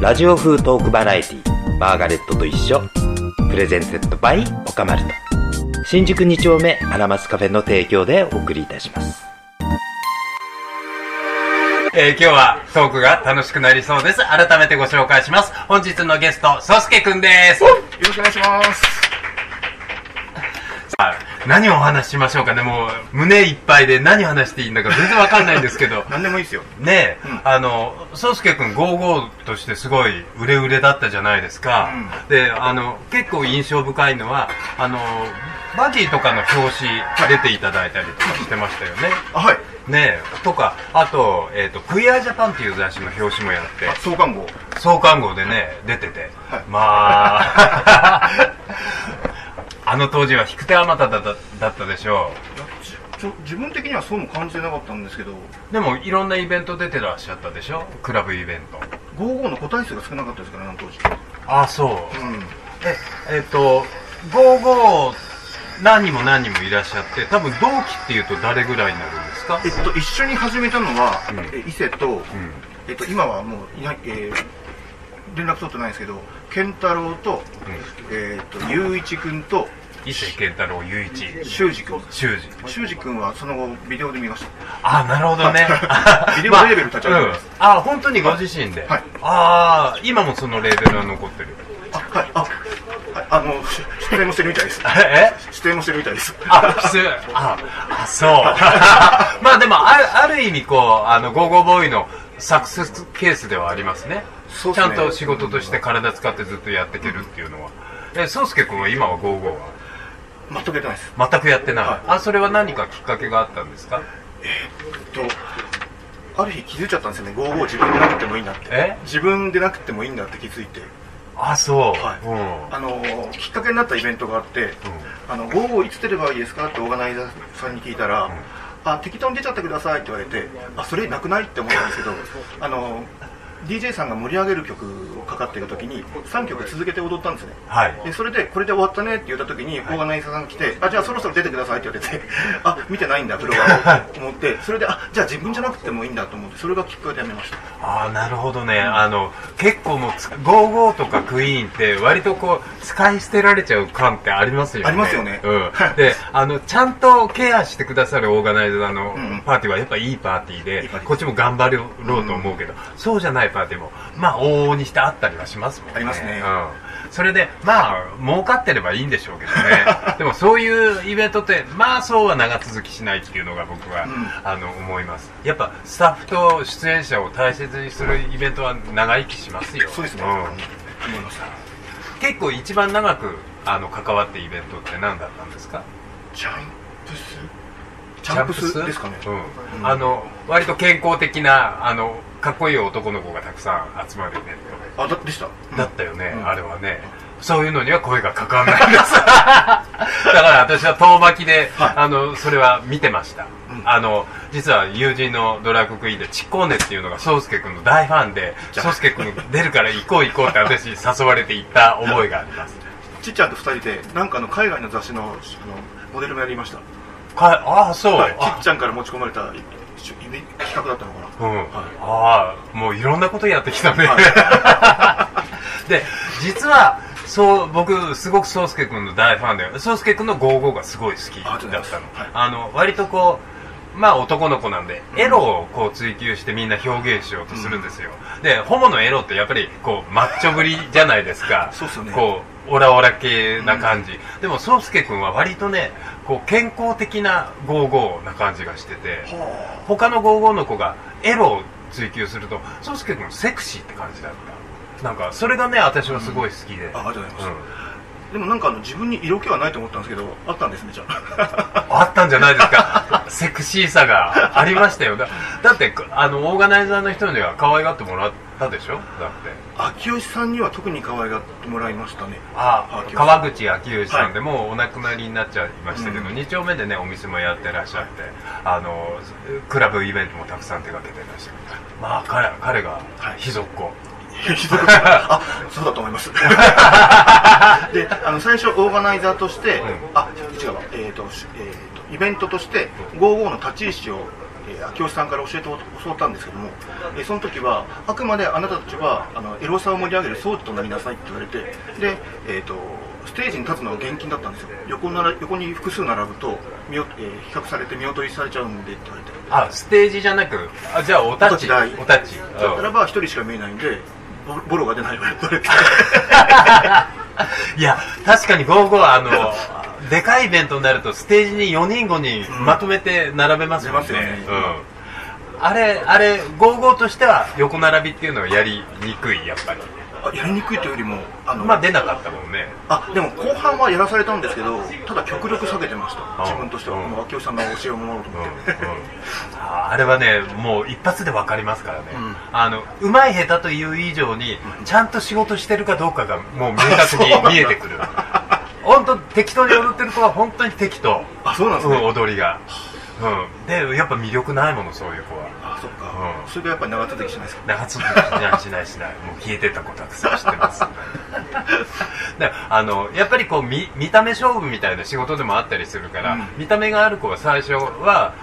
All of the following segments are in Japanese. ラジオ風トークバラエティマーガレットと一緒プレゼンセットバイオカマルト新宿2丁目アナマスカフェの提供でお送りいたしますえー今日はトークが楽しくなりそうです。改めてご紹介します。本日のゲスト、ソスケくんです。よろしくお願いします。。さあ、何をお話ししましょうかね。もう、胸いっぱいで何話していいんだか全然わかんないんですけど 何でもいいですよ。ねえ、うんあの、宗介くん、55としてすごい売れ売れだったじゃないですか。で、あの、結構印象深いのは、あの、バギーとかの表紙出ていただいたりとかしてましたよね。あ、はい。ねえ、とか、あと、えっ、と、クイアジャパンっていう雑誌の表紙もやってあ、、創刊号。創刊号でね、出てて、はいまあ、 あの当時は引く手あまただだだったでしょいやちちょ自分的にはそうも感じてなかったんですけど、う。でも、いろんなイベント出てらっしゃったでしょクラブイベント。 55の個体数が少なかったですからね、あの当時。ああ、そう。うえ、えっ、と、55何人も何人もいらっしゃって、多分同期っていうと誰ぐらいになるんですかん。えっと、一緒に始めたのは、うんえ伊勢と、うん。えっと、今はもういない、えー連絡取ってないんですけど、健太郎と、えーっと、雄一君と、伊勢健太郎、雄一、修二君。修二。修二君はその後、ビデオで見ましあなるほどね ビデオレーベル立ち上げてまますあうんあ本当にご自身で、はいああ今もそのレーベルは残ってるた。あ、はい、あ、はいあの、し出演もしてるみたいです。え出演もしてるみたいです。あ、す、あ、あ、そう。 まあでも、ある、ある意味こう、あの、ゴーゴーボーイのサクセスケースではありますね。そうっちすねゃんと仕事として体使ってずっとやっていけるっていうのは。え、そうすけ君は今はゴーゴー全くやってないです。は全くやってない。はいあ、それは何かきっかけがあったんですかとある日気づいちゃったんですよね55自分でなくてもいいなってえ自分でなくてもいいんだって気づいてあ、そう。はいうん。あのーきっかけになったイベントがあって「あの55いつ出ればいいですか?」ってオーガナイザーさんに聞いたら「あ適当に出ちゃってください」って言われて「あそれなくない?」って思ったんですけどあのー DJ さんが盛り上げる曲をかかってる時に3曲続けて踊ったんですねはい。でそれでこれで終わったねって言った時にオーガナイザーさんが来て、あじゃあそろそろ出てくださいって言われてあ見てないんだフロア をと思ってそれであじゃあ自分じゃなくてもいいんだと思ってそれがきっかけでやめましたああなるほどね、あの結構もうつ55とかクイーンって割とこう使い捨てられちゃう感ってありますよねありますよね うん、であのちゃんとケアしてくださるオーガナイザーのうんうんパーティーはやっぱいいパーティーでいいパーティーこっちも頑張ろうと思うけど、そうじゃないパーティーもまあ往々にしてあったりはしますもんねありますねうん、それでまあ儲かってればいいんでしょうけどね でもそういうイベントってまあそうは長続きしないっていうのが僕は、うんあの思いますやっぱスタッフと出演者を大切にするイベントは長生きしますよそうですね、ん思いました結構一番長くあの関わってイベントって何だったんですかチャンプスチャンプスですかねチャンプスうんうんあの割と健康的なあのかっこいい男の子がたくさん集まるイベンあだでした、トだったよね、うんあれはねそういうのには声がかかんないんです だから私は遠巻きで、はいあのそれは見てました、うんあの実は友人のドラッグクイーンでチッコーネっていうのが宗介君の大ファンでじゃあ宗介君出るから行こう行こうって私に誘われて行った覚えがありますちっちゃんと二人でなんかあの海外の雑誌のあのモデルもやりましたかああそう、はいちあっちゃんから持ち込まれたいしイベ企画だったのかなうん、はいああもういろんなことやってきたね、はで実はそう僕すごく宗介君の大ファンで宗介君の55がすごい好きだあっりたがのとうございますはいあの割とこうまあ男の子なんでエロをこう追求してみんな表現しようとするんですよ、でホモのエロってやっぱりこうマッチョぶりじゃないですか そうっすよねこうオラオラ系な感じ、でも宗介君は割とねこう健康的な55な感じがしてて、は他の55の子がエロを追求すると宗介君セクシーって感じだったなんかそれがね私はすごい好きで、あありがとうございます、うんでもなんかあの自分に色気はないと思ったんですけどあったんですねじゃああったんじゃないですか セクシーさがありましたよだだってあのオーガナイザーの人には可愛がってもらったでしょだって秋吉さんには特に可愛がってもらいましたねあ秋吉さん川口昭義さんではもうお亡くなりになっちゃいましたけど、うん2丁目でねお店もやってらっしゃってあのクラブイベントもたくさん手掛けてらっしゃってまあ彼彼がはい秘蔵っ子、ひどいことないあそうだと思いますであの最初オーガナイザーとして、うんあ違うわえっ、と,し、えーとイベントとして55の立ち位置をえー、秋吉さんから教えて教わったんですけども、えーその時はあくまであなたたちはあのエロさを盛り上げる装置となりなさいって言われてで、えー、とステージに立つのは厳禁だったんですよ横なら横に複数並ぶと見よ、えー比較されて見劣りされちゃうんでって言われてあステージじゃなくあじゃあお立ちお立ち台お立ちだったらば一人しか見えないんでボボロが出ないわよ言われて いや確かにゴーゴーあのでかいイベントになるとステージに4人5人うんまとめて並べますもんね,、出ますよねうん、あれあれゴーゴーとしては横並びっていうのはやりにくいやっぱりあやりにくいというよりもあの、まあ出なかったもんねあでも後半はやらされたんですけどただ極力避けてましあた自分としてはうんもう秋吉さんの教えを守ろうとうん思うっんて、ああれはねもう一発で分かりますからね、うんあのうまい下手という以上にちゃんと仕事してるかどうかがもう明確あそうなんにだ見えてくる本当適当に踊ってる子は本当に適当あそうなんですね、うん、踊りが、うん、でやっぱ魅力ないものそういう子はあそっか、うんそれがやっぱり長続きしないですか長続きしないしないしないもう消えてった子たくさん知ってますであのやっぱりこう見見た目勝負みたいな仕事でもあったりするから、うん見た目がある子は最初は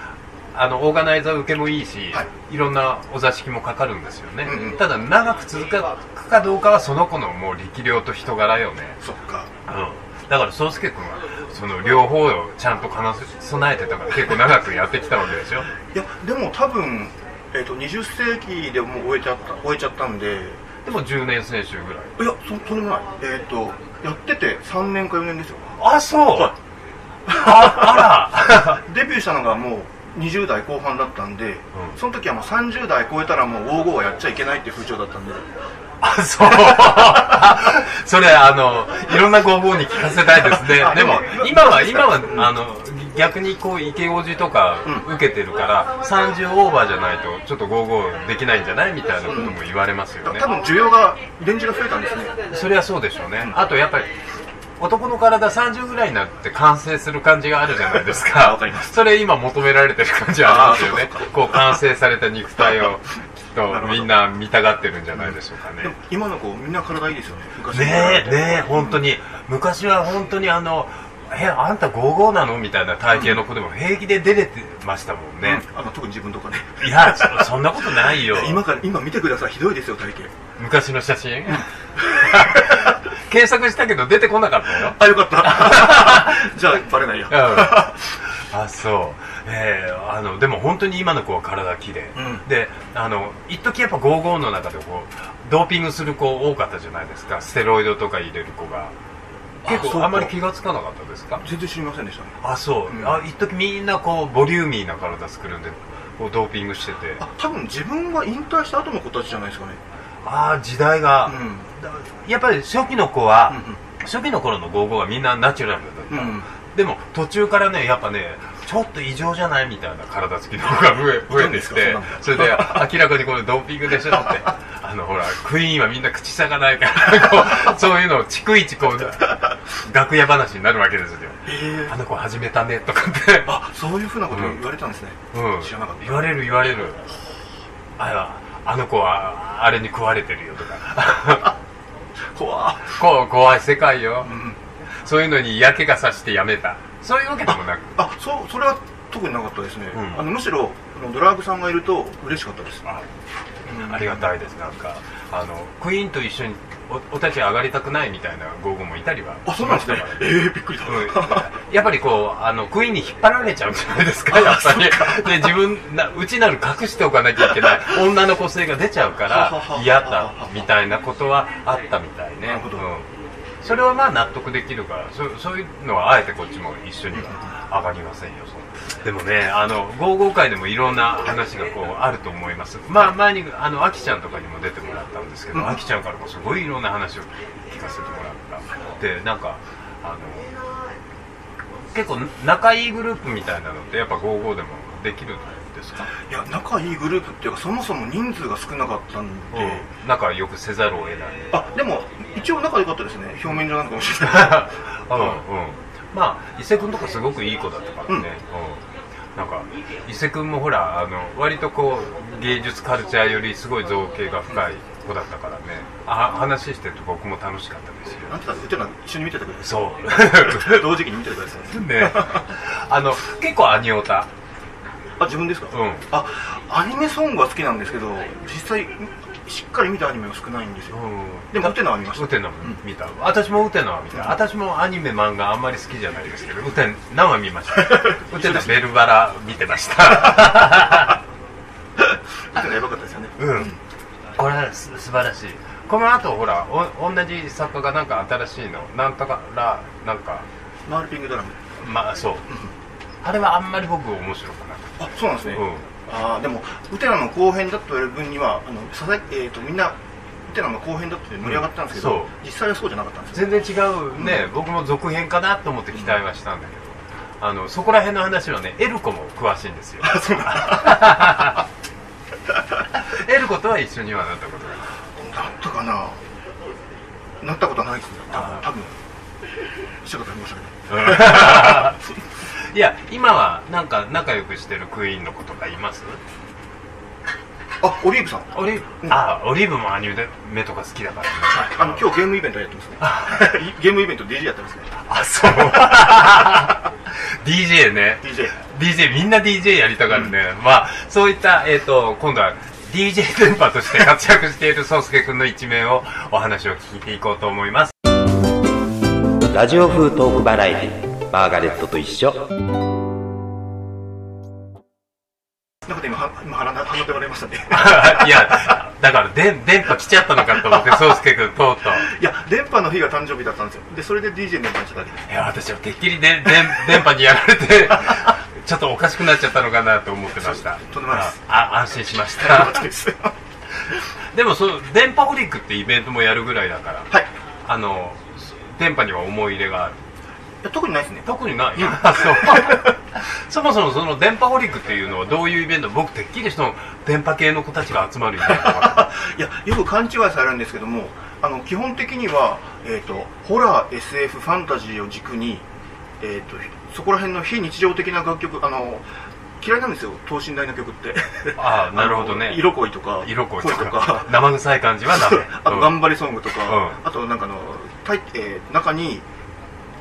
あのオーガナイザー受けもいいし、、はいろんなお座敷もかかるんですよね、うんうんただ長く続くかどうかはその子のもう力量と人柄よね、そっかうん、だから宗介君はその両方をちゃんと兼ね備えてたから結構長くやってきたわけでしょいやでも多分、えー、と20世紀でもう終えちゃった終えちゃったんでいでも10年選手ぐらいやそそれもないえっ、とやってて3年か4年ですよあそうああらデビューしたのがもう20代後半だったんで、うんその時はもう30代超えたらもう黄金はやっちゃいけないっていう風潮だったんであそうあそれあのいろんなごぼうに聞かせたいですねでも今は今はあの逆にこう池王子とかう受けてるから、30オーバーじゃないとちょっとゴーゴーできないんじゃないみたいなことも言われますよね多分需要がレンジが増えたんですねそれはそうでしょうね、あとやっぱり男の体30ぐらいになって完成する感じがあるじゃないですか わかりますそれ今求められてる感じはありますよあねーそうかこう完成された肉体 をきっなるとほどみんな見たがってるんじゃないでしょうかねでも今の子みんな体いいですよね昔の子ねえねえ本当に昔は本当にあのえあんた55なのみたいな体型の子でも平気で出れてましたもんね、うんあの特に自分とかねいやそそんなことない よ今から今見てくださいひどいですよ体型昔の写真 検索したけど出てこなかったよあよかった じゃあバレないやうん あそう、ええあのでも本当に今の子は体綺麗、うんであの一時やっぱ55の中でこうドーピングする子多かったじゃないですかステロイドとか入れる子が結そう構かあんまり気がつかなかったですか全然知りませんでしたねあそう、うんあ一時みんなこうボリューミーな体作るんでこうドーピングしててあ多分自分が引退した後の子たちじゃないですかねああ時代が、だやっぱり初期の子は、初期の頃の55はみんなナチュラルだった、うんうん、うん、でも途中からねやっぱねちょっと異常じゃないみたいな体つきの方が増 え増えてきそうてなんですそれで明らかにこれドーピングでしょってあのほらクイーンはみんな口さがないから こうそういうのを逐一こう楽屋話になるわけですよえあの子始めたねとか ってあそういうふうなこと言われたんですね、うん知らなかった言われる言われるああの子はあれに食われてるよとか 怖っこう怖い世界ようんそういうのに嫌気がさしてやめたそういうわけでもなくあそうそれは特になかったですね、うんあのむしろあのドラッグさんがいると嬉しかったです、あうんありがたいですなんかあのクイーンと一緒におお立ち上がりたくないみたいな午後もいたりはあそうなんですねしましたからえー、びっくりだ、 うんやっぱりこうあのクイーンに引っ張られちゃうんじゃないですかやっぱりで自分な内なる隠しておかなきゃいけない女の個性が出ちゃうかははらは嫌だみたいなことはあったみたいねなるほどうんそれはまあ納得できるからそそういうのはあえてこっちも一緒には上がりませんよそんでもねあの55回でもいろんな話がこうあると思いますまあ前にあのアキちゃんとかにも出てもらったんですけうんどアキちゃんからもすごいいろんな話を聞かせてもらったでなんかあの結構仲いいグループみたいなのってやっぱ55でもできるんですか、いや仲いいグループっていうかそもそも人数が少なかったんで、うん、仲良くせざるを得ないあでも一応仲良かったですね表面上なのかもしれない うんうん、まあ伊勢君とかすごくいい子だったからね、ううんんなんか伊勢君もほらあの割とこう芸術カルチャーよりすごい造形が深い子だったからねあ話してると僕も楽しかったですよなんて言ったら言ってたの一緒に見ててく ださそ い同時期に見ててくださいうねあの結構アニオタあ自分ですか、うんあアニメソングは好きなんですけど実際しっかり見たアニメは少ないんですよ、うんでもウテナは見ましたウテナも見た、私もウテナは見た、私もアニメ漫画あんまり好きじゃないですけどウテナは見ま したウテナベルバラ見てましたウテナやばかったですよね、うんこれはす素晴らしいこの後ほらお同じ作家がなんか新しいのなんとからなんかマールピングドラムまあそう あれはあんまり僕面白くなくあそうなんですて、ね、うんあーでもウテナの後編だと言われる分にはあの佐々木、えー、とみんなウテナの後編だって盛り上がったんですけうんど、そう実際はそうじゃなかったんですよ全然違うね、僕も続編かなと思って期待はしたんだけど、あのそこら辺の話はねエルコも詳しいんですよ エルコとは一緒にはなったことがなったかななったことはないですね多分あー多分したことありましたけどない いや今はなんか仲良くしてるクイーンの子とかいますあオリーブさんオリーブ、あオリーブもアニメとか好き だから、ねあの今日ゲームイベントやってますね ゲームイベント DJ やってますねあそう DJ ね DJ DJ みんな DJ やりたがるね、まあそういった、えー、と今度は DJ 電波 として活躍している宗介君の一面をお話を聞いていこうと思います ラジオ風トークバラエティマーガレットと一緒なんかで今は今鼻鼻で笑いましたねいやだからで電波来ちゃったのかと思 って宗介君とうとう いや電波の日が誕生日だったんですよでそれで DJ になっちゃっただ け いや私はてっきりで電電波にやられ てちょっとおかしくなっちゃったのかなと思ってましたとんでもないですああ安心しまし よかったたですはでもその電波ホリックってイベントもやるぐらいだからいあの電波には思い入れがあるいや特にないですね特に ないあそう そもそもその電波ホリックっていうのはどういうイベント僕てっきりその電波系の子たちが集まるイベントか いやよく勘違いされるんですけどもあの基本的には、えー、とホラー SF ファンタジーを軸に、えー、とそこら辺の非日常的な楽曲あの嫌いなんですよ等身大の曲って なあ あなるほどあのね色恋とか色恋と恋か生臭い感じはダメ あとうん頑張りソングとか、うあとなんかあの、たいえー中に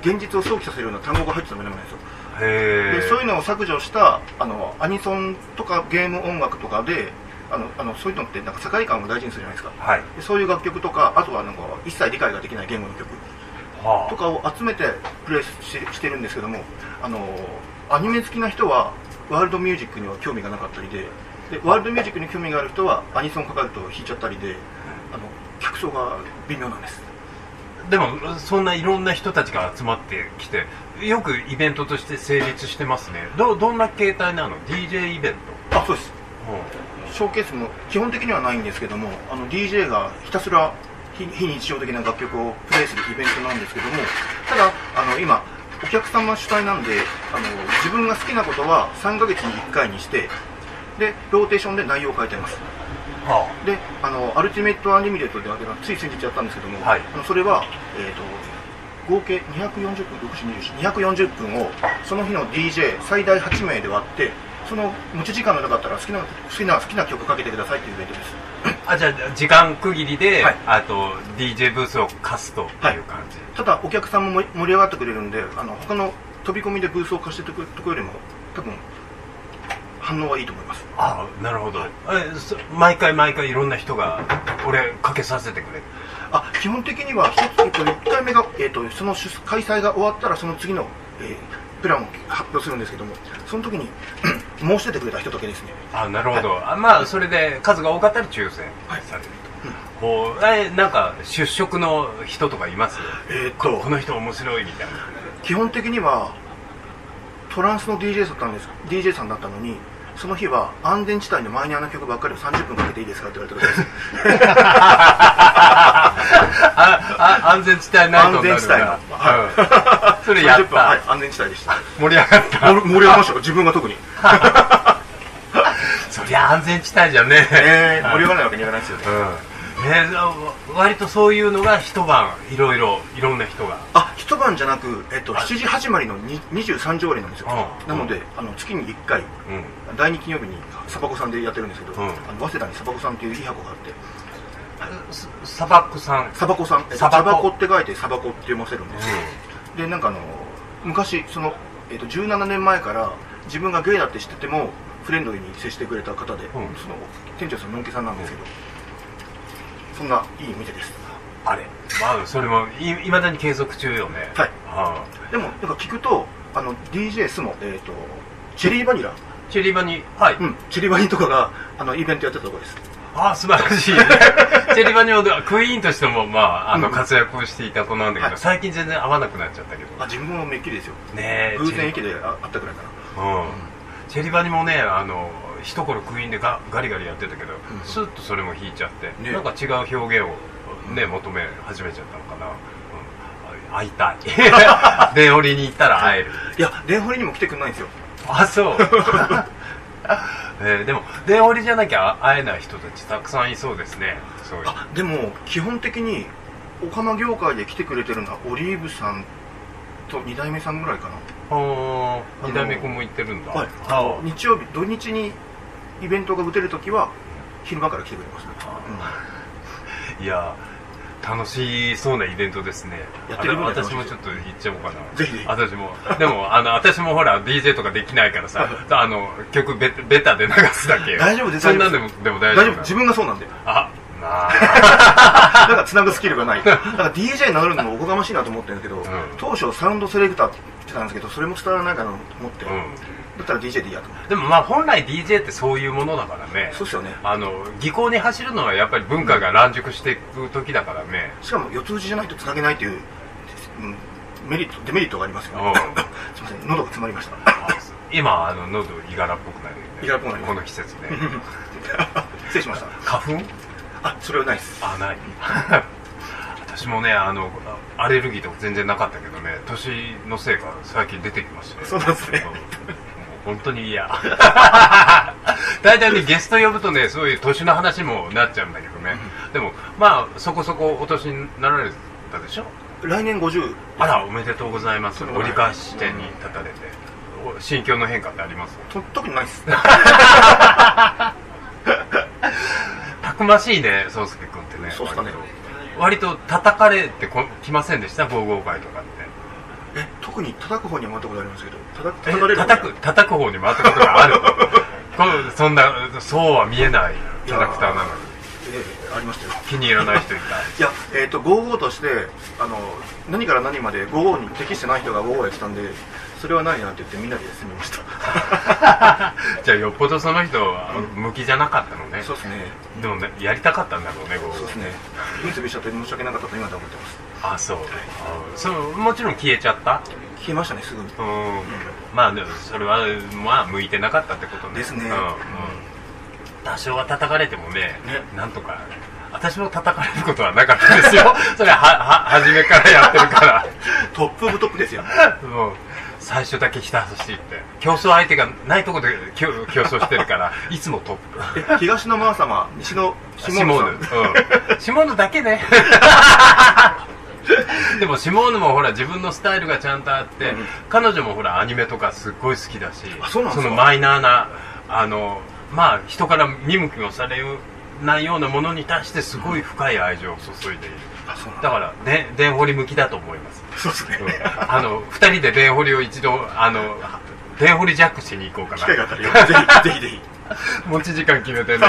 現実を想起させるような単語が入ってたらダメなんですよ、へえでそういうのを削除したあのアニソンとかゲーム音楽とかであのあのそういうのってなんか世界観を大事にするじゃないですかはいでそういう楽曲とかあとはなんか一切理解ができない言語の曲はとかを集めてプレイししてるんですけどもあのアニメ好きな人はワールドミュージックには興味がなかったりででワールドミュージックに興味がある人はアニソンかかると弾いちゃったりであの客層が微妙なんですあでもそんないろんな人たちが集まってきてよくイベントとして成立してますねどどんな形態なの DJ イベンあそうですト、うんショーケースも基本的にはないんですけどもあの DJ がひたすら非非日常的な楽曲をプレイするイベントなんですけどもただあの今お客様主体なんであの自分が好きなことは3ヶ月に1回にしてでローテーションで内容を変えてますはであのアルティメット・アンリミテッドでつい先日やったんですけども、はいあのそれは、えー、と合計240分6 2 240分をその日の DJ 最大8名で割ってその持ち時間のなかったら好きな好きな好きな曲かけてくださいというイベントですああじゃあ時間区切りで、はいあと DJ ブースを貸すという感じ、ただお客さんも盛り盛り上がってくれるんであの他の飛び込みでブースを貸してとことこよりも多分反応はいいと思いますああなるほど、えそ毎回毎回いろんな人が俺かけさせてくれるあ基本的には一つ、えっと、1回目が、えっと、その主開催が終わったらその次の、えープランを発表するんですけどもその時に 申し出てくれた人だけですねあなるほど、あまあそれで数が多かったら抽選されると、こうえなんか出色の人とかいますえっことこの人面白いみたい基本的にはトランスの DJ だったんです DJ さんだったのにその日は安全地帯のマイナーな曲ばっかりを30分かけていいですかって言われたことですなああ安全地帯ないとなるか安全地帯ら、うん、そ れやっ30分はたい安全地帯でした 盛り上がった盛り盛り上がりましたよ自分が特に、そりゃ安全地帯じゃねえー、盛り上がらないわけにはいかないですよねうんねわ割とそういうのが一晩いろいろいろんな人があ一晩じゃなく、えっと、7時始まりのに23条例なんですようんなのであの月に1回うん第2金曜日にサバコさんでやってるんですけど、うんあの早稲田にサバコさんっていういい箱があってす砂漠さんサバコさんえっとササバコバコって書いてサバコって読ませるんですよ、でなんかあの昔その、えっと17年前から自分がゲイだって知っててもフレンドリーに接してくれた方で、んその店長さんのんきさんなんですけど、そんないい店ですあれまあそれもいいまだに継続中よねはいあでもなんか聞くとあの DJ スモ、えー、とチェリーバニラ、あチェリバニはい、うん、チェリーバニラとかがあのイベントやってたとこですああ素晴らしいチ ェリバニオではクイーンとしてもまああのうん活躍をしていた子なんだけど、はい最近全然会わなくなっちゃったけどあ自分もめっきりですよねえ偶然チ駅ェリであ会ったくらいかなうんチェリバニもねあの一頃クイーンでガガリガリやってたけど、スッとそれも引いちゃって、ねなんか違う表現をね求め始めちゃったのかな、うんあ会いたい 電折りに行ったら会えるいや蓮舫にも来てくんないんですよあそう えーでも電折りじゃなきゃ会えない人たちたくさんいそうですねそういうあでも基本的にお釜業界で来てくれてるのはオリーブさんと2代目さんぐらいかあああ、の二代目君も行ってるんだ。な、はいああの日曜日土日にイベントが打てるときは昼間から来てくれます、うんいや、楽しそうなイベントですね。やってる分あには楽私しいもちょっと行っちゃおうかな。ぜひぜひ私も。でも、あの、私もほら、DJ とかできないから さ、あの、曲ベベタで流すだけよ。大丈夫ですそんなんでも、でも大大丈夫な丈夫の自分がそうなんであ、まあ。だからつなぐスキル がないだから DJ 名乗るのもおこがましいなと思ってるんですけど、ん当初サウンドセレクターって言ってたんですけどそれも伝わらないかなと思って、うだったら DJ でいいやと思ってん。でもまあ、本来 DJ ってそういうものだからね。そうですよねあの、技巧に走るのはやっぱり文化が乱熟していく時だからね。しかも四つ打ちじゃないとつなげないという、うん、メリットデメリットがあり ますよ、うんすいません喉が詰まりました 今、あの、喉、イガラっぽくなるよね。イガラっぽくなりますこの季節ね。失礼しました花粉あそれはないですあない 私もねあのアレルギーとか全然なかったけどね年のせいか最近出てきましたねそうなんですねもう本当に嫌 大体ねゲスト呼ぶとねそういう年の話もなっちゃうんだけどね、でもまあそこそこお年になられたでしょ来年50あらおめでとうございますそう折り返し地点に立たれて、お心境の変化ってありますと特にない ですたくましいね宗介君ってねそうっすかね割と割と叩かれてこ来ませんでした豪豪会とかってえ特に叩く方には回ったことありますけど叩くえ叩かれる方には叩く叩く方に回ったことがあ るこのそんなそうは見えないキャラクターなのにええありましたよ気に入らない人いいやえっ、と55としてあの何から何まで55に適してない人が55やってたんでそれはないなって言ってみんなで休みました たじゃあよっぽどその人は向きじゃなかったのねそうですねでもねやりたかったんだろうねゴーそうですねインタビューしちゃって申し訳なかったと今では思ってますあそうあそのもちろん消えちゃった消えましたねすぐにうんまあでもそれはまあ向いてなかったってことねですねうんうん多少は叩かれてもねねなんとか私も叩かれることはなかったです よそれはは初めからやってるからトップオブトップ ですよもう最初だけひた走って競争相手がないところで競競争してるから いつもトップえ東のマー様西のシモーヌさんシモーヌうんシモーヌだけ ねでもシモーヌもほら自分のスタイルがちゃんとあって、彼女もほらアニメとかすっごい好きだしあそうなんですかのマイナーなあのまあ人から見向きもされないようなものに対してすごい深い愛情を注いでいるあそうなんだだからで電掘り向きだと思います そうですねあの2人で電掘りを一度あの電掘りジャックしに行こうか機会がなあったら よぜひぜひぜひ 持ち時間決め てね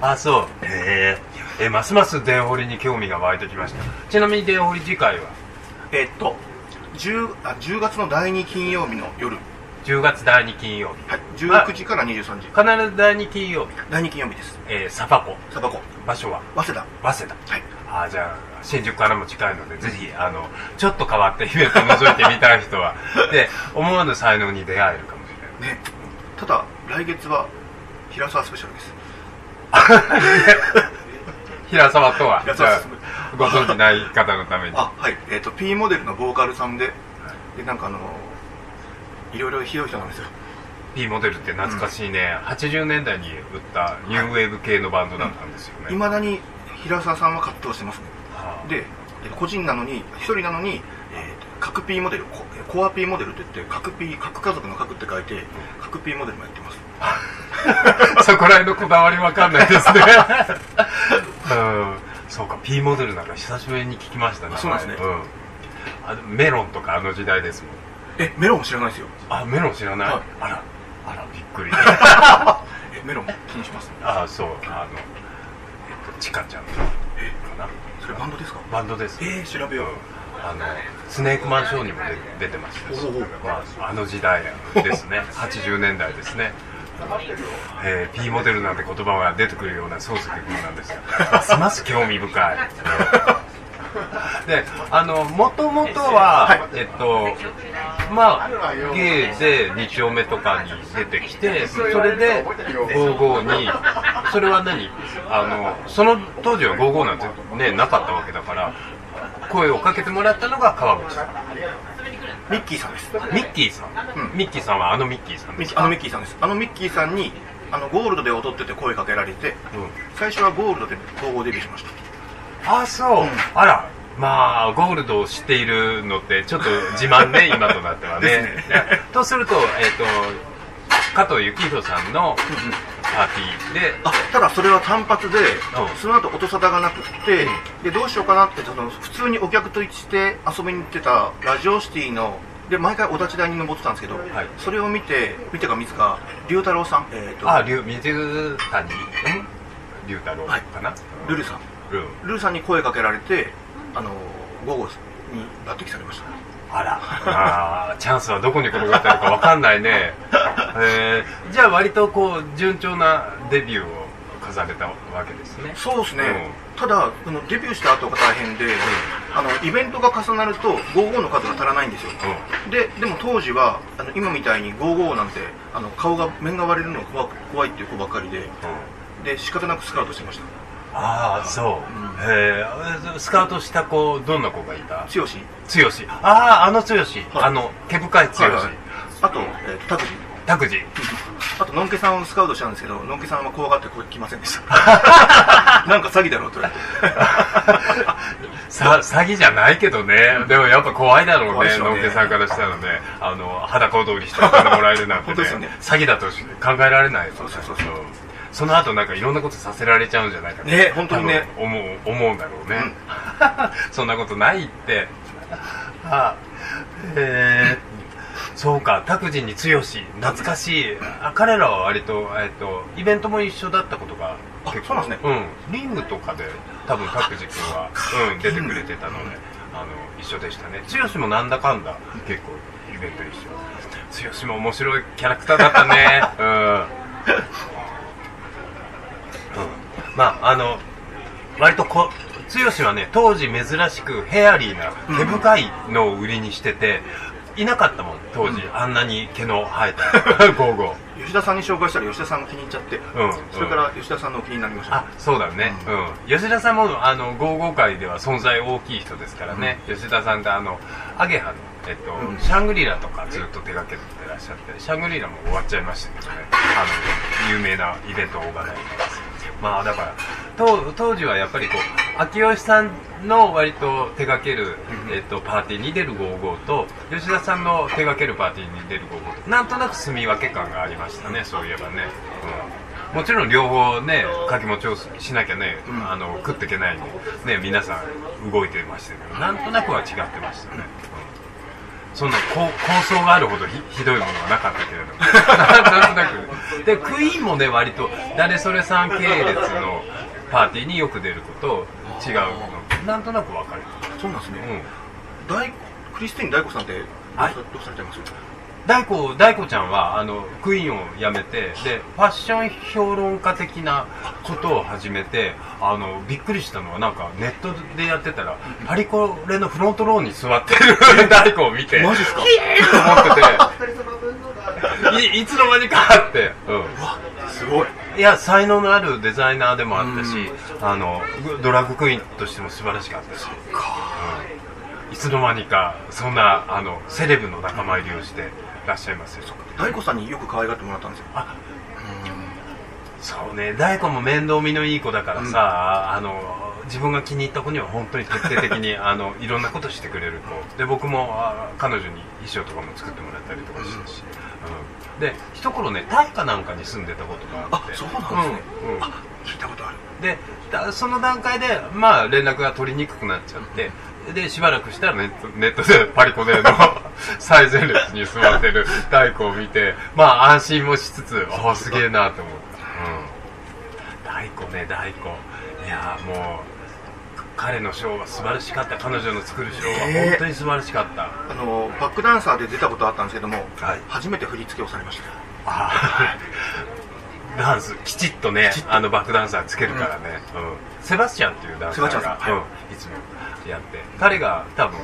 あそうへええますます電掘りに興味が湧いてきましたちなみに電掘り次回はえっと 10, あ10月の第2金曜日の夜、 10月第2金曜日はい、19時から23時必ず第2金曜日、第2金曜日ですえー、サパコサバコ場所は早稲田早稲はい田あじゃあ新宿からも近いのでぜひあのちょっと変わったイベントを覗いてみたい人 はで思わぬ才能に出会えるかもしれないねただ来月は平沢スペシャルです平沢とは平じゃ沢あご存じない方のためにあはいえっ、と P モデルのボーカルさんででなんかあのいろいろひどい人なんですよ P モデルって懐かしいね、80年代に売ったニューウェーブ系のバンドだったんですよね、いまだに平沢さんは葛藤してますねはあでえ個人なのに一人なのに、えーと各 P モデルココア P モデルって言って各 P 各家族の各って書いて各 P モデルもやってますそこら辺のこだわりわかんないですねうんそうか P モデルなんか久しぶりに聞きましたねあそうなんですねんあのメロンとかあの時代ですもんえメロンも知らないですよあメロン知らない、はいあらあらびっ くりえメロン気にしますああそうあのえっとちかちゃんかなそれバンドですかバンドですえー調べようあのスネークマンショーにも出出てましたしおおまあ、あの時代です ね80年代ですねえー、P モデルなんて言葉が出てくるような漱石君なんですがますます興味 深いであのもともとは、えっとまあ芸で2丁目とかに出てきてそれで55にそれは何あのその当時は55なんてねなかったわけだから声をかけてもらったのが川口さんミッキーさんですミッキーさん、ミッキーさんはあのミッキーさんでミッすキーあのミッキーさんですあのミッキーさんにあのゴールドで踊ってて声かけられてうん最初はゴールドで統合デビューしましたあそう、あらまあゴールドを知っているのってちょっと自慢 ね今となってはねですねとすると,、えー、と加藤幸宏さんのパーティーであただそれは単発で、うんその後音沙汰がなくって、でどうしようかなってその普通にお客として遊びに行ってたラジオシティので毎回お立ち台に登ってたんですけど、いそれを見て見てか見つか龍太郎さん、えーとあ龍水谷龍太郎かな、ルルさんうんルルさんに声かけられてあの午後に抜擢されましたあら、あーチャンスはどこに転がってるかわかん ないね、えーじゃあ割とこう順調なデビューを飾れたわけですねそうですね、ただそのデビューした後が大変で、あのイベントが重なると55の数が足らないんですよ、ででも当時はあの今みたいに55なんてあの顔が面が割れるのが怖く怖いっていう子ばっかりでうん、うんで仕方なくスカウトしてましたああそう、えースカウトした子どんな子がいた剛剛あああの剛、あの毛深い剛、はいはいあと、えーと、拓司拓司あとのんけさんをスカウトしたんですけどのんけさんは怖がってここに来ませんで したなんか詐欺だろうと言われてさ詐欺じゃないけどね、でもやっぱ怖いだろう怖いでねしょうのねんけさんからしたらねあの裸踊りしてお金もらえるなんて、ね本当ですよね詐欺だとし考えられないよねそうそうそうそうんその後なんかいろんなことさせられちゃうんじゃないかね本当にね多分思う思うんだろうね、うん そんなことないってあえー、そうか拓司に剛懐かしいあ彼らは割と,、えっとイベントも一緒だったことがあ結構そうなんですねうん、リングとかで多分各自君は、うん、出てくれてたのであの一緒でしたね剛もなんだかんだ結構イベント一緒剛も面白いキャラクターだったねうん、うん、まああの割とこ剛はね当時珍しくヘアリーな毛深いのを売りにしてて、いなかったもん当時、あんなに毛の生えたゴーゴー吉田さんに紹介したら吉田さんが気に入っちゃって、んそれから吉田さんのお気になりましたあそうだね、うん吉田さんもあの55会では存在大きい人ですからね、吉田さんってあのアゲハの、えっとうんシャングリラとかずっと手掛けてらっしゃってシャングリラも終わっちゃいましたけどねあの有名なイベントを行いますまあだから当当時はやっぱりこう秋吉さんの割と手掛ける、えっと、パーティーに出る55と吉田さんの手掛けるパーティーに出る55となんとなく住み分け感がありましたねそういえばね、うん、もちろん両方ね掛け持ちをしなきゃね、うんあの食っていけないんで、ね、皆さん動いてましたけどなんとなくは違ってましたね、うん、そんな構構想があるほどひひどいものはなかったけれども なんとなくでクイーンもね割と誰それさん系列のパーティーによく出ること違うのなんとなく分かれてそうなんですね、る、うん大クリスティーン大子さんってどうさ,、はいどうされてます大子大子ちゃんはあのクイーンを辞めてでファッション評論家的なことを始めてあのびっくりしたのはなんかネットでやってたらパリコレのフロントローに座ってる大子を見てマジっすかひえーと思 ってていいつの間にかって、すごいうん、いや才能のあるデザイナーでもあったしうあのドラッグクイーンとしても素晴らしかったし。いつの間にかそんなあのセレブの仲間入りをしていらっしゃいますよ大子さんによく可愛がってもらったんですよあそうね大子も面倒見のいい子だからさ、あの自分が気に入った子には本当に徹底的 にあのいろんなことしてくれる子で僕もあ彼女に衣装とかも作ってもらったりとかしたし、うんで一頃ね大化なんかに住んでたことがあっあてそうなんですね、うんうんあ聞いたことあるでだその段階でまあ連絡が取りにくくなっちゃってでしばらくしたらネットネットでパリコネの 最前列に座ってる大工を見てまあ安心もしつつああすげえなと思った、うん、大工ね大工いやーもう彼のショーは素晴らしかった彼女の作るショーは本当に素晴らしかった、あのバックダンサーで出たことあったんですけども、はい初めて振り付けをされましたあーダンスきちっとねあのバックダンサーつけるからね、うんセバスチャンっていうダンサーセバスチャがンさんはいうんいつもやって彼が多分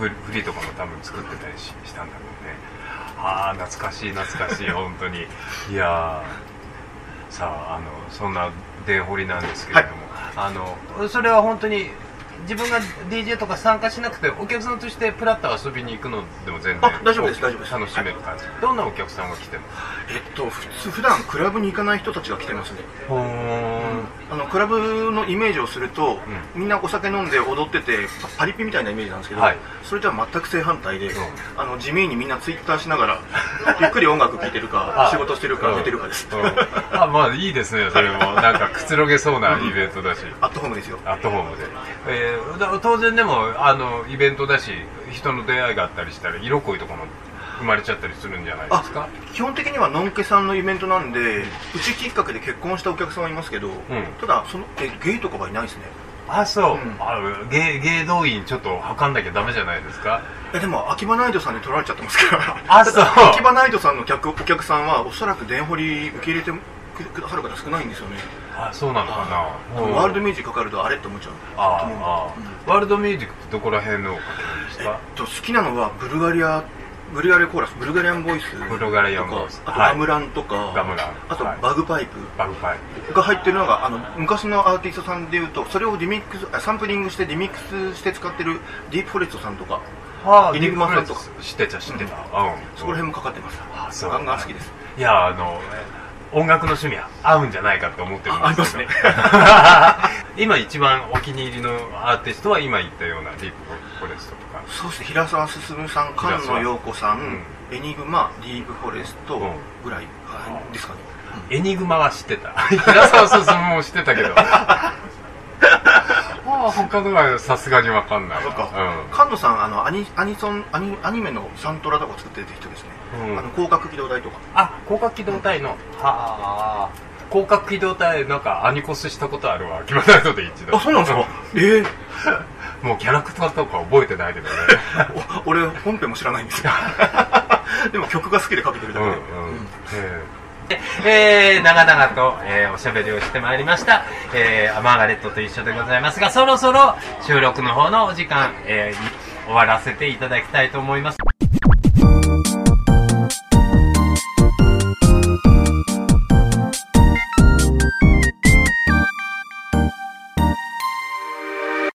フフリとかも多分作ってたりししたんだろうねああ懐かしい懐 かしい本当にいやーさああのそんなデンホリなんですけれども、あのそれは本当に自分が DJ とか参加しなくてお客さんとしてプラッと遊びに行くのでも全然あ大丈夫です大丈夫です楽しめる感じ、どんなお客さんが来てもえっと普通普段クラブに行かない人たちが来てますねほーんあのクラブのイメージをすると、みんなお酒飲んで踊っててパパリピみたいなイメージなんですけど、はいそれとは全く正反対で、んあの地味にみんなツイッターしながらゆっくり音楽聴いてる かあ仕事してるうかん寝てるかです、うんあまあいい ですねそれもなんかくつろげそうなイベントだしアットホームですよアットホームで、えーだ当然でもあのイベントだし人の出会いがあったりしたら色恋とかも生まれちゃったりするんじゃないですかあ基本的にはのんけさんのイベントなんでうちきっかけで結婚したお客さんはいますけど、ただそのえゲイとかはいないですねあそう、うんあ芸芸動員ちょっと測んなきゃダメじゃないですかえでも秋葉ナイトさんに取られちゃってますから あそうただ秋葉ナイトさんの客お客さんはおそらく電掘り受け入れてくくださる方少ないんですよねあそうなのかなうんワールドミュージックかかるとあれって思っちゃうあうんああワールドミュージックってどこら辺のおかげですかと好きなのはブルガリアブルガリアコーラスブルガリアンボイスブルガリアンボイスとかあとはいガムランとか、ガムランあとはいバグパイプバグパイが入ってるのがあの昔のアーティストさんでいうとそれをリミックスあサンプリングしてリミックスして使ってるディープフォレストさんとかあエニグマさんとか知ってた知ってた、うんそこら辺もかかってますあそうガンガン好きですいやあの音楽の趣味は合うんじゃないかと思ってるんですけど今一番お気に入りのアーティストは今言ったようなディープフォレストとかそして平沢進さん菅野陽子さん、エニグマディープフォレストうんぐらいあですかね、エニグマは知ってた平沢進も知ってたけどああ他のはさすがに分かんないそわっか、菅野さんあのアニアニソンアニアニメのサントラとか作ってる人ですね、うんあの広角機動隊とかあ広角機動隊の、はあ広角機動隊なんかアニコスしたことあるわ決まないので一度あそうなんですかええもうキャラクターとか覚えてないけどねお俺本編も知らないん ですよでも曲が好きでかけてるだけで、うんえー、長々と、えーおしゃべりをしてまいりました、えー、マーガレットと一緒でございますがそろそろ収録の方のお時間、えー終わらせていただきたいと思います